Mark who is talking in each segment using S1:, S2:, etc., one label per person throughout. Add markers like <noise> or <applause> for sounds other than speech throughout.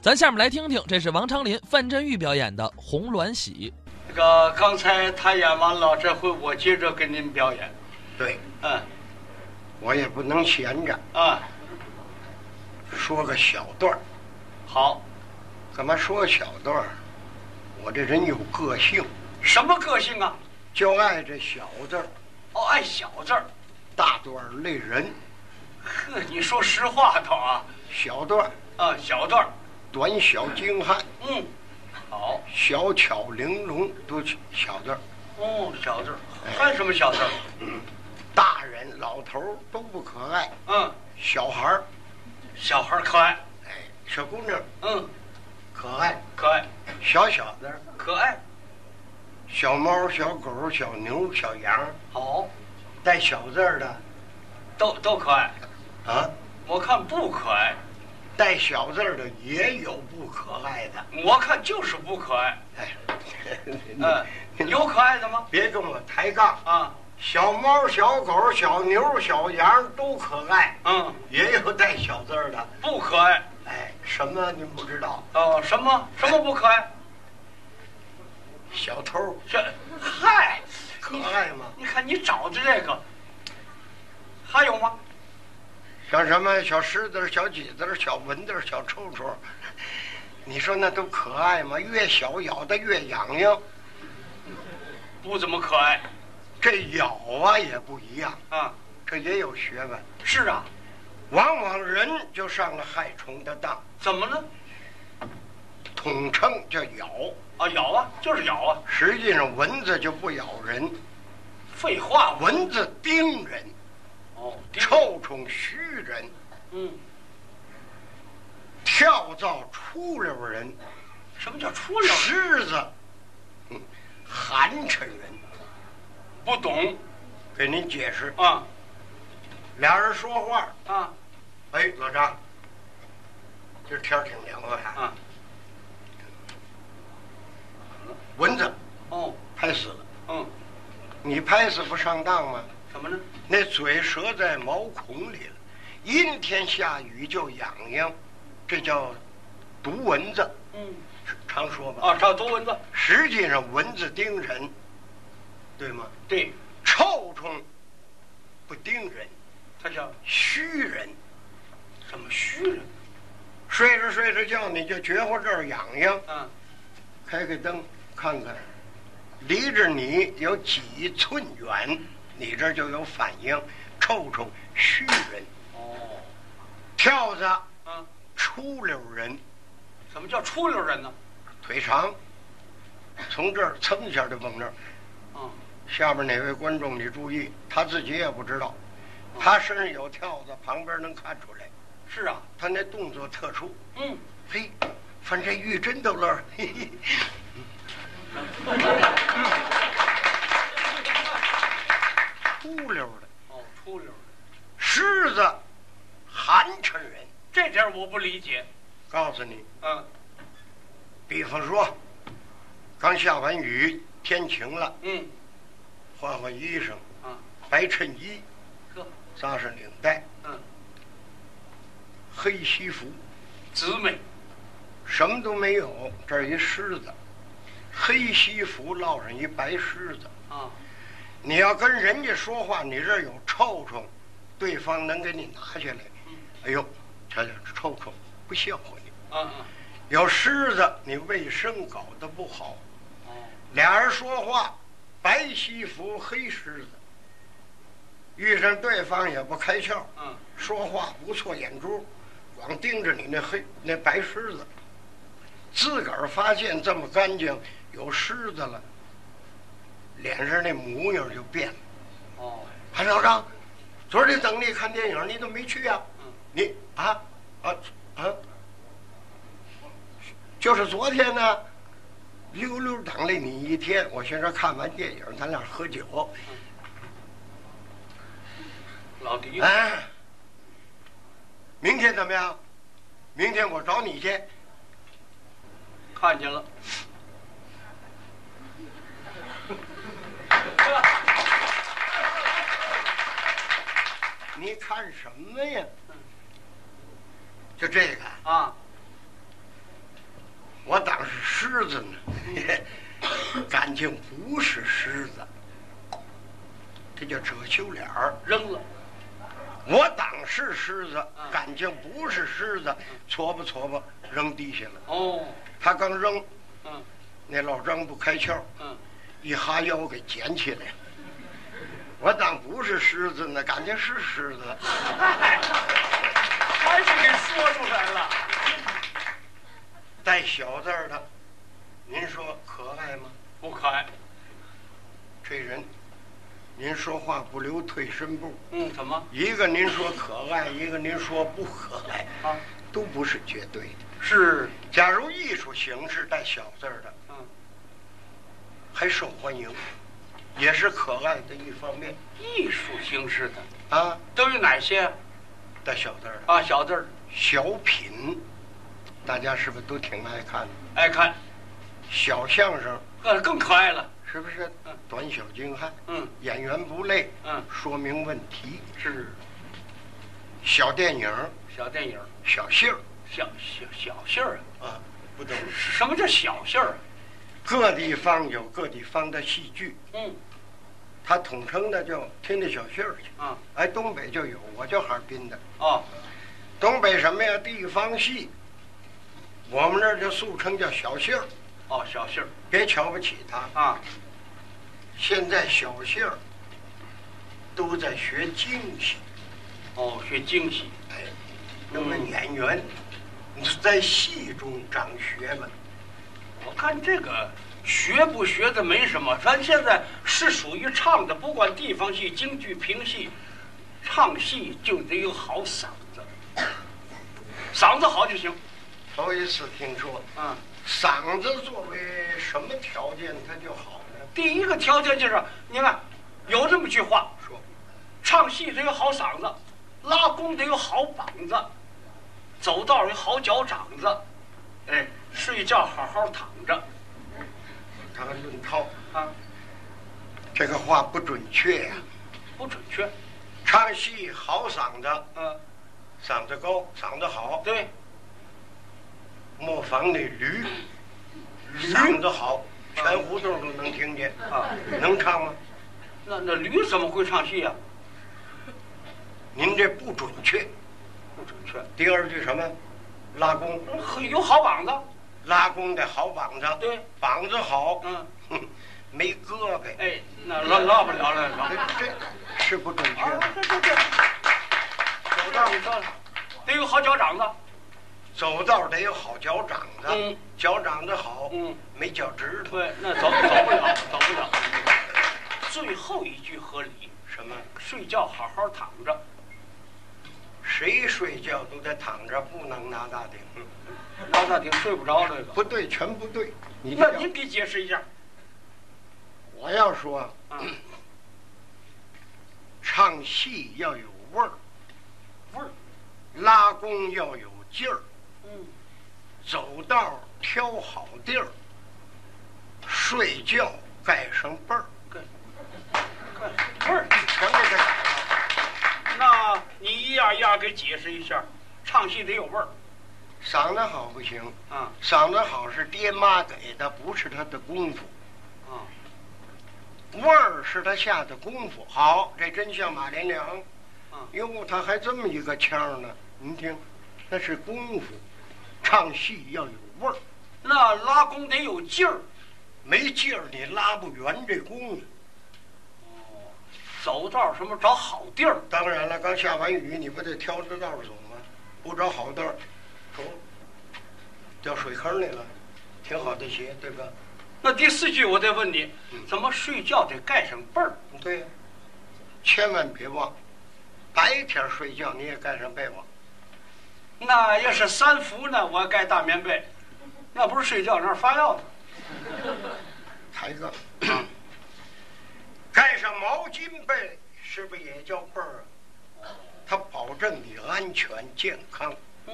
S1: 咱下面来听听，这是王昌林、范振钰表演的《红鸾喜
S2: 这个刚才他演完了，这回我接着跟您表演。
S3: 对
S2: 嗯
S3: 我也不能闲着，
S2: 啊，
S3: 说个小段儿。
S2: 好，
S3: 干嘛说小段儿？我这人有个性，
S2: 什么个性啊？
S3: 就爱这小字儿，
S2: 哦，爱小字儿。
S3: 大段儿累人，
S2: 呵，你说实话头啊，
S3: 小段儿
S2: 啊，小段儿，
S3: 短小精悍，
S2: 嗯，好，
S3: 小巧玲珑，都小段儿。嗯
S2: 哦，小字儿，还什么小字儿？
S3: 大人、老头儿都不可爱，
S2: 嗯，
S3: 小孩儿，
S2: 小孩儿可爱，
S3: 哎，小姑娘
S2: 嗯，
S3: 可爱，
S2: 可爱，
S3: 小小子儿，
S2: 可爱，
S3: 小猫、小狗、小牛、小羊，
S2: 好，
S3: 带小字儿的
S2: 都都可爱。
S3: 啊，
S2: 我看不可爱，
S3: 带小字儿的也有不可爱的。
S2: 我看就是不可爱。
S3: 哎， <laughs>
S2: 嗯，有可爱的吗？
S3: 别跟我抬杠，
S2: 啊，
S3: 小猫、小狗、小牛、小羊都可爱，
S2: 嗯，
S3: 也有带小字儿的。
S2: 不可爱。
S3: 哎，什么您不知道？
S2: 哦，什么什么不可爱？
S3: 小偷
S2: 这，嗨，
S3: 可爱吗？
S2: 你看你找的这个，还有吗？
S3: 像什么小狮子、小几子、小蚊子、小臭虫，你说那都可爱吗？越小咬的越痒痒，
S2: 不怎么可爱
S3: 这咬啊也不一样，
S2: 啊。
S3: 这也有学问。
S2: 是啊，
S3: 往往人就上了害虫的当，
S2: 怎么了？
S3: 统称叫咬。
S2: 啊，咬啊，就是咬啊。
S3: 实际上蚊子就不咬人，
S2: 废话，我
S3: 蚊子叮人，
S2: 哦，
S3: 臭虫虚人，
S2: 嗯，
S3: 跳蚤出溜人，
S2: 什么叫出溜？
S3: 虱子，嗯，寒碜人。
S2: 不懂
S3: 给您解释，
S2: 啊
S3: 俩人说话。
S2: 啊
S3: 哎，老张，今儿天儿挺凉快啊。
S2: 啊！
S3: 蚊子
S2: 哦，
S3: 拍死了，
S2: 嗯，
S3: 你拍死不上当吗？
S2: 怎么呢？
S3: 那嘴折在毛孔里了，阴天下雨就痒痒，这叫毒蚊子，
S2: 嗯，
S3: 常说吧。
S2: 啊，找毒蚊子。
S3: 实际上蚊子叮人，对吗？
S2: 对，
S3: 臭虫不叮人，
S2: 他叫
S3: 虚人。
S2: 什么虚人？
S3: 睡着睡着觉你就觉乎这儿痒痒，
S2: 啊，
S3: 开开灯看看，离着你有几寸远，你这就有反应。臭虫虚人，
S2: 哦，
S3: 跳蚤
S2: 啊，
S3: 出溜人，
S2: 什么叫出溜人呢？
S3: 腿长，从这儿蹭一下就蹦这儿。
S2: 嗯，
S3: 下边哪位观众你注意，他自己也不知道，他身上有跳蚤，旁边能看出来，
S2: 是啊，
S3: 他那动作特殊。
S2: 嗯，
S3: 嘿，翻这玉真逗乐儿， <laughs> 嘿嘿。出溜的
S2: 哦，出溜人。
S3: 狮子，寒碜人。
S2: 这点儿我不理解。
S3: 告诉你，
S2: 嗯
S3: 比方说，刚下完雨，天晴了，
S2: 嗯
S3: 换换衣裳，
S2: 啊，
S3: 白衬衣
S2: 呵，
S3: 扎上领带，
S2: 嗯，
S3: 黑西服，
S2: 姊妹，
S3: 什么都没有，这儿一狮子，黑西服落上一白狮子。
S2: 啊，
S3: 你要跟人家说话，你这儿有臭虫，对方能给你拿下来
S2: 嗯。
S3: 哎呦，瞧瞧这臭虫，不笑话你。
S2: 啊啊，
S3: 有虱子，你卫生搞得不好。
S2: 哦，
S3: 俩人说话，白西服黑狮子，遇上对方也不开窍，
S2: 嗯，
S3: 说话不错眼珠，光盯着你那黑那白狮子。自个儿发现这么干净有虱子了，脸上那模样就变了。
S2: 哦，
S3: 韩老张，昨儿你等你看电影，你怎么没去呀、
S2: 嗯
S3: 你啊啊啊，就是昨天呢，溜溜等了你一天。我寻思看完电影，咱俩喝酒。
S2: 老狄，
S3: 哎，明天怎么样？明天我找你去。
S2: 看见了。
S3: 你看什么呀？就这个，
S2: 啊，
S3: 狮子呢， <laughs> 感情不是狮子，这叫遮羞脸儿。
S2: 扔了，
S3: 我当是狮子，感情不是狮子，搓吧搓吧扔地下了。
S2: 哦，
S3: 他刚扔，
S2: 嗯
S3: 那老张不开窍，
S2: 嗯，
S3: 一哈腰给捡起来。我当不是狮子呢，感情是狮子。
S2: 还是给说出来了。
S3: 带小字儿的，您说可爱吗？
S2: 不可爱，
S3: 这人，您说话不留退身步。
S2: 嗯，怎么
S3: 一个您说可爱，一个您说不可爱，
S2: 啊？
S3: 都不是绝对的。
S2: 是，
S3: 假如艺术形式带小字儿的，
S2: 嗯，
S3: 还受欢迎，也是可爱的一方面
S2: 艺术形式的
S3: 啊。
S2: 都有哪些
S3: 带小字儿的
S2: 啊？小字儿
S3: 小品，大家是不是都挺爱看的？
S2: 爱看，
S3: 小相声
S2: 呃，更可爱了。
S3: 是不是
S2: 嗯
S3: 短小精悍？
S2: 嗯
S3: 演员不累，
S2: 嗯，
S3: 说明问题。
S2: 是
S3: 小电影、
S2: 小电影，
S3: 小戏儿
S2: 小小小信儿啊。
S3: 啊，不懂。
S2: 什么叫小信儿啊？
S3: 各地方有各地方的戏剧，
S2: 嗯
S3: 它统称的叫听听小戏儿去。
S2: 啊
S3: 哎，东北就有，我就哈尔滨的。
S2: 哦，
S3: 东北什么呀？地方戏，我们那儿就俗称叫小戏儿，
S2: 哦，小信儿
S3: 别瞧不起它。
S2: 啊，
S3: 现在小戏儿都在学京戏，
S2: 哦，学京戏，
S3: 哎，那么
S2: 嗯
S3: 演员你是在戏中长学问，
S2: 我哦看这个学不学的没什么，咱现在是属于唱的，不管地方戏、京剧、评戏，唱戏就得有好嗓子，嗓子好就行。
S3: 头一次听说。
S2: 啊，
S3: 嗓子作为什么条件它就好呢？
S2: 第一个条件就是，你看，有这么句话，
S3: 说
S2: 唱戏得有好嗓子，拉弓得有好膀子，走道儿有好脚掌子，哎，睡觉好好躺着
S3: 他还论套，
S2: 啊，
S3: 这个话不准确呀、
S2: 不准确。
S3: 唱戏好嗓子，
S2: 嗯、
S3: 嗓子高，嗓子好，
S2: 对，
S3: 磨坊那驴，嗓子好，全胡同都能听见，
S2: 啊，
S3: 能唱吗？
S2: 那那驴怎么会唱戏啊呀、
S3: 您这不准确。
S2: 不准确。
S3: 第二句什么？拉弓，
S2: 很有好膀子，
S3: 拉弓得好膀子，
S2: 对，
S3: 膀子好，
S2: 嗯，
S3: 哼，没胳膊，
S2: 哎，那拉拉不了了，拉不了。
S3: 这这哎是不准确
S2: 啊
S3: 的。，
S2: 这这这，走道儿你道得有好脚掌子，
S3: 走道得有好脚掌子，
S2: 嗯
S3: 脚掌子好，
S2: 嗯
S3: 没脚趾头，
S2: 对，那走走不了，走不了。最后一句合理，
S3: 什么
S2: 睡觉好好躺着。
S3: 谁睡觉都得躺着，不能拿大顶，
S2: 嗯老大挺睡不着这个。
S3: 不对，全不对。你
S2: 那
S3: 这
S2: 您给解释一下
S3: 我要说， <clears throat>
S2: 啊，
S3: 唱戏要有味儿，
S2: 味儿，
S3: 拉弓要有劲儿，
S2: 嗯，
S3: 走道挑好地儿，睡觉盖上被儿，
S2: 干干味儿。
S3: 全给他改了。
S2: 那你一样一样给解释一下，唱戏得有味儿
S3: 嗓子好不行，
S2: 啊
S3: 嗓子好是爹妈给的，不是他的功夫。
S2: 啊，
S3: 味儿是他下的功夫。好，这真像马连良。
S2: 嗯
S3: 哟，他还这么一个腔儿呢。您听，那是功夫，唱戏要有味儿，
S2: 那拉弓得有劲儿。
S3: 没劲儿你拉不圆这弓。
S2: 哦，走道儿什么找好地儿，
S3: 当然了，刚下完雨，你不得挑着道儿走吗？不找好道儿，走掉水坑里了，挺好的鞋，对吧？
S2: 那第四句我得问你
S3: 嗯，
S2: 怎么睡觉得盖上被儿？
S3: 对呀、千万别忘，白天睡觉你也盖上被窝。
S2: 那要是三伏呢，我盖大棉被，那不是睡觉，那是发药呢。
S3: 抬杠，盖上毛巾被是不是也叫被儿啊？它保证你安全健康。
S2: 嗯，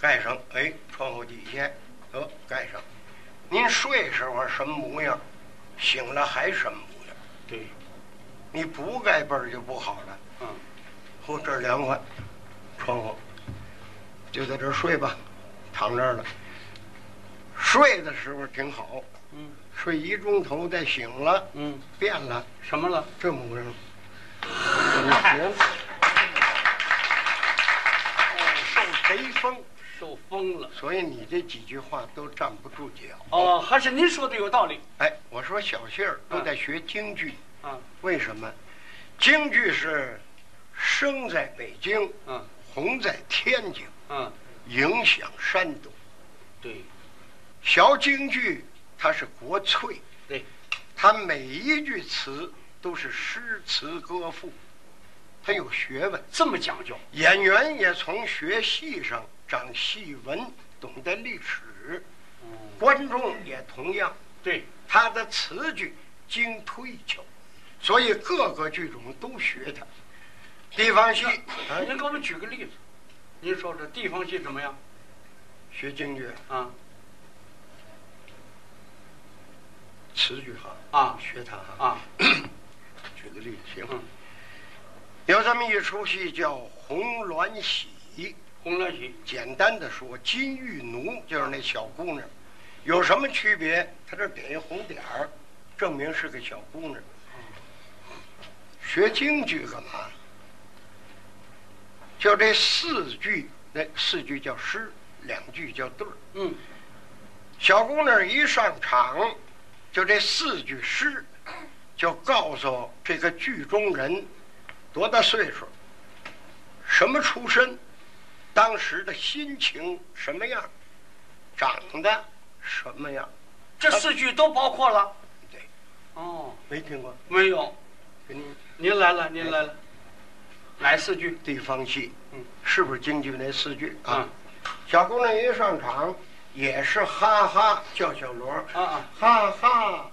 S3: 盖上，哎，窗户底下，得盖上。您睡时候什么模样，醒了还什么模样？
S2: 对，
S3: 你不盖被儿就不好了。
S2: 嗯，
S3: 嚯，这儿凉快，窗户，就在这儿睡吧，躺这儿了。睡的时候挺好，
S2: 嗯
S3: 睡一钟头再醒了，
S2: 嗯，
S3: 变了
S2: 什么了？
S3: 这模样。你瞧受贼风，
S2: 受风了。
S3: 所以你这几句话都站不住脚。
S2: 哦，还是您说的有道理
S3: 哎，我说小杏儿都在学京剧，
S2: 啊。
S3: 为什么？京剧是生在北京，
S2: 嗯
S3: 红在天津，
S2: 嗯，
S3: 影响山东。
S2: 对
S3: 小京剧它是国粹，
S2: 对，
S3: 它每一句词都是诗词歌赋，它有学问。
S2: 这么讲究。
S3: 演员也从学戏上长戏文，懂得历史；
S2: 嗯，
S3: 观众也同样，
S2: 对，
S3: 他的词句经推求，所以各个剧种都学他。地方戏，哎，
S2: 您给我们举个例子，您说这地方戏怎么样
S3: 学京剧
S2: 啊？
S3: 词句好
S2: 啊
S3: 学他哈。
S2: 啊，
S3: <coughs> 举个例子行
S2: 嗯，
S3: 有这么一出戏叫《红鸾喜》，
S2: 红鸾戏
S3: 简单的说，金玉奴就是那小姑娘，有什么区别？她这儿点一红点儿，证明是个小姑娘。学京剧干嘛？就这四句，那四句叫诗，两句叫对儿。
S2: 嗯，
S3: 小姑娘一上场，就这四句诗，就告诉这个剧中人多大岁数，什么出身，当时的心情什么样，长得什么样。
S2: 这四句都包括了。
S3: 对，
S2: 哦，
S3: 没听过？
S2: 没有，
S3: 给你
S2: 您来了，您来了，哪四句？
S3: 地方戏，
S2: 嗯，
S3: 是不是京剧那四句啊？
S2: 啊
S3: 小姑娘一上场，也是哈哈叫小锣，
S2: 啊啊，
S3: 哈哈。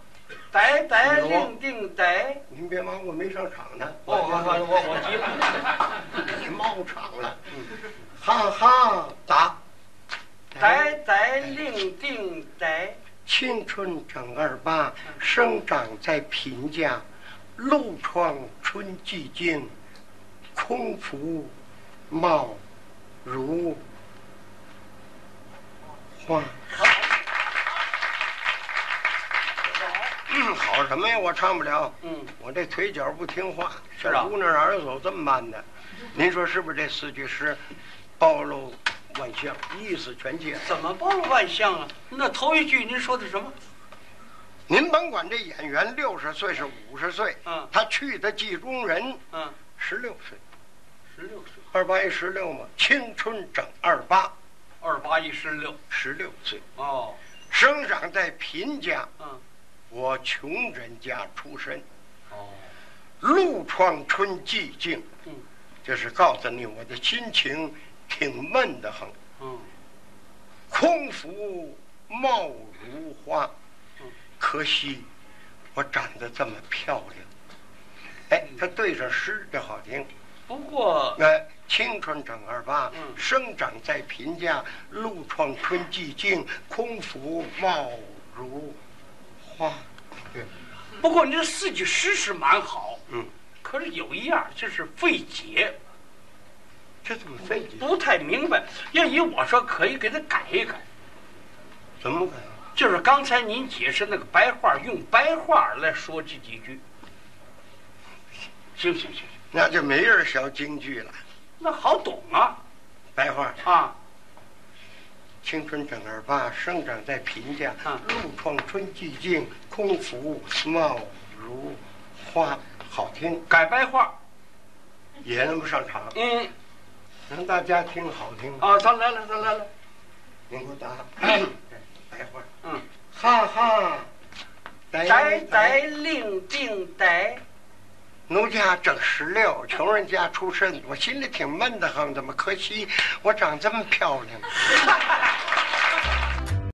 S2: 呆呆定定呆。
S3: 您别忙，我没上场呢。
S2: 哦，我我我我急了，
S3: 你冒场了，哈哈打，哎
S2: 呆呆令定呆。
S3: 青春长二八，生长在贫家，路创春寂静，空浮貌如花。嗯好什么呀？我唱不了，
S2: 嗯，
S3: 我这腿脚不听话。
S2: 是啊
S3: 小姑娘哪儿走这么慢呢？您说是不是？这四句诗暴露万象，意思全解了。
S2: 怎么包罗万象啊？那头一句您说的什么？
S3: 您甭管这演员六十岁是五十岁，
S2: 嗯
S3: 他去的剧中人
S2: 嗯，
S3: 十六岁，
S2: 十六岁，
S3: 二八一十六嘛，青春整二八，
S2: 二八一十六。
S3: 十六岁，
S2: 哦，
S3: 生长在贫家，
S2: 嗯，
S3: 我穷人家出身，
S2: 哦，
S3: 路创春寂静，
S2: 嗯，
S3: 就是告诉你我的心情挺闷得很，
S2: 嗯，
S3: 空浮貌如花
S2: 嗯，
S3: 可惜我长得这么漂亮，哎，
S2: 嗯
S3: 他对上诗这好听。
S2: 不过
S3: 哎，青春长二八，
S2: 嗯
S3: 生长在贫家，路创春寂静，空浮貌如花。对，
S2: 不过您这四句诗是蛮好，
S3: 嗯，
S2: 可是有一样就是费解，
S3: 这怎么费解？
S2: 不太明白。要以我说可以给他改一改，
S3: 怎么改？啊
S2: 就是刚才您解释那个白话，用白话来说这几句。行行行，行
S3: 那就没人学京剧了。
S2: 那好懂啊
S3: 白话，
S2: 啊！
S3: 青春长二八，生长在贫家，
S2: 啊
S3: 路创春寂静，空浮貌如花。好听，
S2: 改白话，
S3: 也那么上场，
S2: 嗯
S3: 让大家听好听。
S2: 啊，咱来了，咱来了，
S3: 您给我打，哎白话，
S2: 嗯，
S3: 哈哈，呆
S2: 呆
S3: 哎
S2: 呆令定呆。
S3: 奴家整十六，穷人家出身，我心里挺闷得慌，怎么可惜我长这么漂亮？